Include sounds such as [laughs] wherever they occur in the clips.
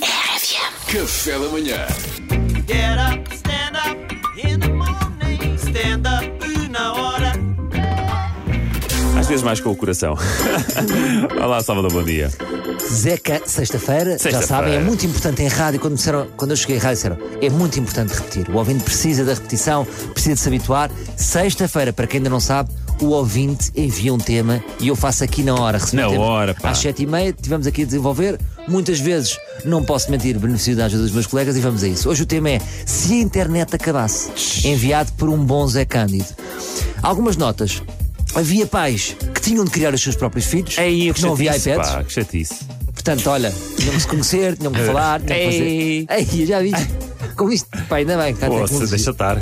RFM. Café da manhã. Get up, stand up in the morning. Stand up na hora. Às vezes mais com o coração. [laughs] Olá, Salvador, bom dia. Zeca, sexta-feira, já Sexta-feira. sabem, é muito importante em rádio. Quando, me disseram, quando eu cheguei em rádio, disseram é muito importante repetir. O ouvinte precisa da repetição, precisa de se habituar. Sexta-feira, para quem ainda não sabe, o ouvinte envia um tema e eu faço aqui na hora. recebi Na um tema hora, pá. Às sete e meia, tivemos aqui a desenvolver. Muitas vezes, não posso mentir, beneficio da ajuda dos meus colegas e vamos a isso. Hoje o tema é Se a internet acabasse, enviado por um bom Zé Cândido. Algumas notas. Havia pais que tinham de criar os seus próprios É filhos, É que não havia chatice, iPads. pá, que chatice. Portanto, olha, tinham que se conhecer, tinham que falar, tinham que fazer. Ei. Ei, eu já vi. Com isto, pá, ainda bem, cá Poxa, tecnologia. deixa estar.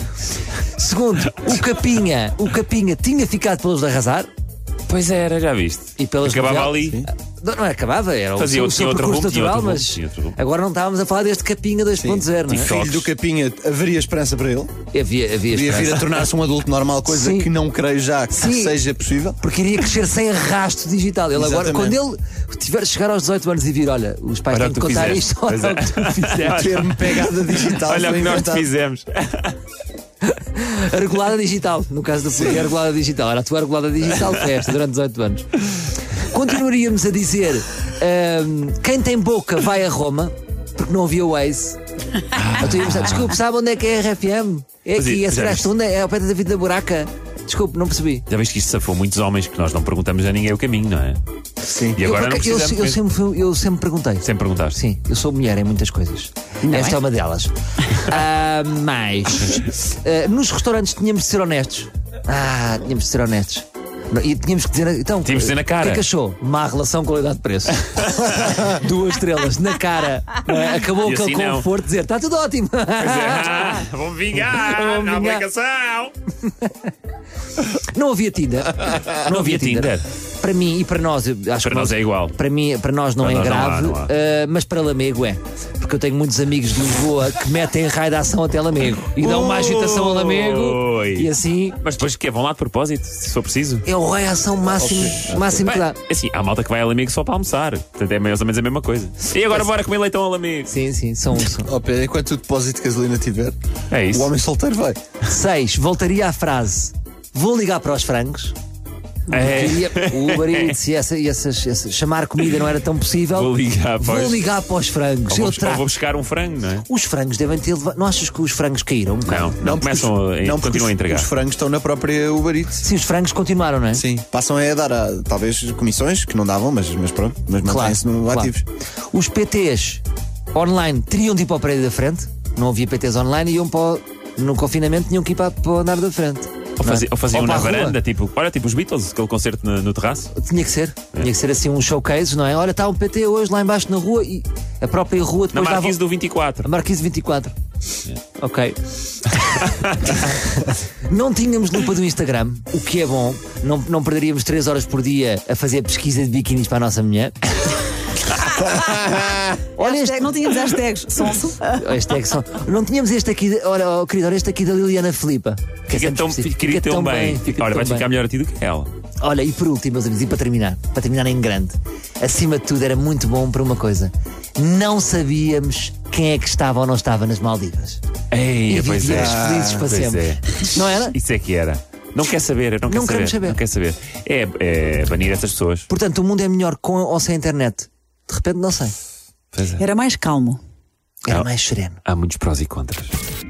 Segundo, o Capinha, o Capinha tinha ficado pelos de arrasar Pois era, já viste. e pelas Acabava novelas. ali. Não, não acabava, era Fazia o outro- seu, o seu tinha outro percurso rumo, tinha natural, outro rumo, mas tinha outro rumo. agora não estávamos a falar deste Capinha 2.0, não é? Sim. Filho do Capinha, haveria esperança para ele? Havia, havia Podia vir esperança. a tornar-se um adulto normal, coisa Sim. que não creio já que Sim. seja possível. Porque iria crescer sem arrasto digital. Ele agora, quando Exatamente. ele tiver chegar aos 18 anos e vir, olha, os pais Olha têm o que de tu contar fizeste. isto, Pois é. olha o que tu fizeste. Ter-me pegada digital. Olha o foi que nós te inventado. fizemos. A regulada digital, no caso do Felipe, a regulada digital. Era a tua regulada digital que é esta durante 18 anos. Continuaríamos a dizer: ahm, quem tem boca vai a Roma, porque não havia o Waze. Então íamos dizer, Desculpe, sabe onde é que é a RFM? É Mas aqui, e- a Ah. já Serra viste? Rotunda, é ao pé da Vida da Buraca. Desculpe, não percebi. Já viste que isto safou muitos homens que nós não perguntamos a ninguém o caminho, não é? Sim. E Eu, agora não por acaso, eu, precisamos. se- eu mesmo. sempre, fui- eu sempre perguntei. Sem perguntar. [laughs] Sim, eu sou mulher em muitas coisas. Esta é uma delas. Ah, mas ah, nos restaurantes tínhamos de ser honestos. Ah, tínhamos de ser honestos. Não, E tínhamos que dizer. Então, Tínhamos de dizer na cara. O que é que achou? Má [laughs] relação qualidade-preço. Duas estrelas na cara. não é? Acabou E aquele assim não. conforto de dizer: está tudo ótimo. [laughs] Ah, Vão vingar Vão na vingar. aplicação. Não [laughs] havia Tinder. Não havia Tinder. Para mim e para nós, eu acho que Para nós é igual. Para mim, para nós não Para é nós não há, grave, não há. eh, mas para Lamego é. Porque eu tenho muitos amigos de Lisboa que metem raio de ação até Lamego e dão uma agitação a Lamego Oi. e assim Mas depois que Vão lá de propósito, se for preciso. é o raio de ação máximo, máximo que Bem, dá. assim, há malta que vai ao amigo só para almoçar. Portanto, é mais ou menos a mesma coisa. E agora bora comer leitão ao amigo. Sim, sim, são, são. Ó Pedro, enquanto o depósito de gasolina tiver, É isso. o homem solteiro vai. Seis, voltaria à frase: vou ligar para os frangos. É. Queria o Uber Eats e, essa, e essas, essas- chamar comida não era tão possível. Vou ligar para Vou os- ligar para os frangos. Ou vou, Eu bus- ou vou trago. buscar um frango, não é? Os frangos devem ter levado. Não achas que os frangos caíram? um bocado? Não, não, começam porque a, os- não, porque continuam a os- entregar. Os frangos estão na própria Uber Eats. Sim, os frangos continuaram, não é? Sim. Passam a dar, a, talvez, comissões que não davam, mas, mas pronto, mas é mantêm-se no claro. ativos. Os PTs online teriam de ir para o prédio da frente, não havia PTs online e iam para o, no confinamento tinham que ir para, para o andar da frente. é? Ou, fazi, ou faziam para na a rua. varanda, tipo, olha, tipo os Beatles, aquele concerto no, no terraço. Tinha que ser, É. tinha que ser assim um showcase, não é? Olha, está um PT hoje lá embaixo na rua e a própria rua Na depois dava. marquise do 24. A Marquise 24. Ok. não tínhamos lupa do Instagram, o que é bom. Não, não perderíamos 3 horas por dia a fazer pesquisa de biquinis para a nossa mulher. [laughs] Olha este, Hashtag- Não tínhamos hashtags. Sonso. Este é que são- Não tínhamos este aqui, de- ora, oh, querido, ora, este aqui da Liliana Filipa. Que é Fica sempre tão, específico. fica tão bem. fica Olha, tão vai bem. ficar melhor a ti do que ela. Olha, e por último, meus amigos, e para terminar, para terminar em grande, acima de tudo era muito bom para uma coisa: não sabíamos quem é que estava ou não estava nas Maldivas. Ei, E pois é. vivíamos felizes para Pois sempre. é. Não era? Isso é que era. Não quer saber, não quer Não saber, queremos saber. Não quer saber. É, é banir essas pessoas. Portanto, o mundo é melhor com ou sem internet. De repente, não sei. Pois é. Era mais calmo. Era Não. mais sereno. Há muitos prós e contras.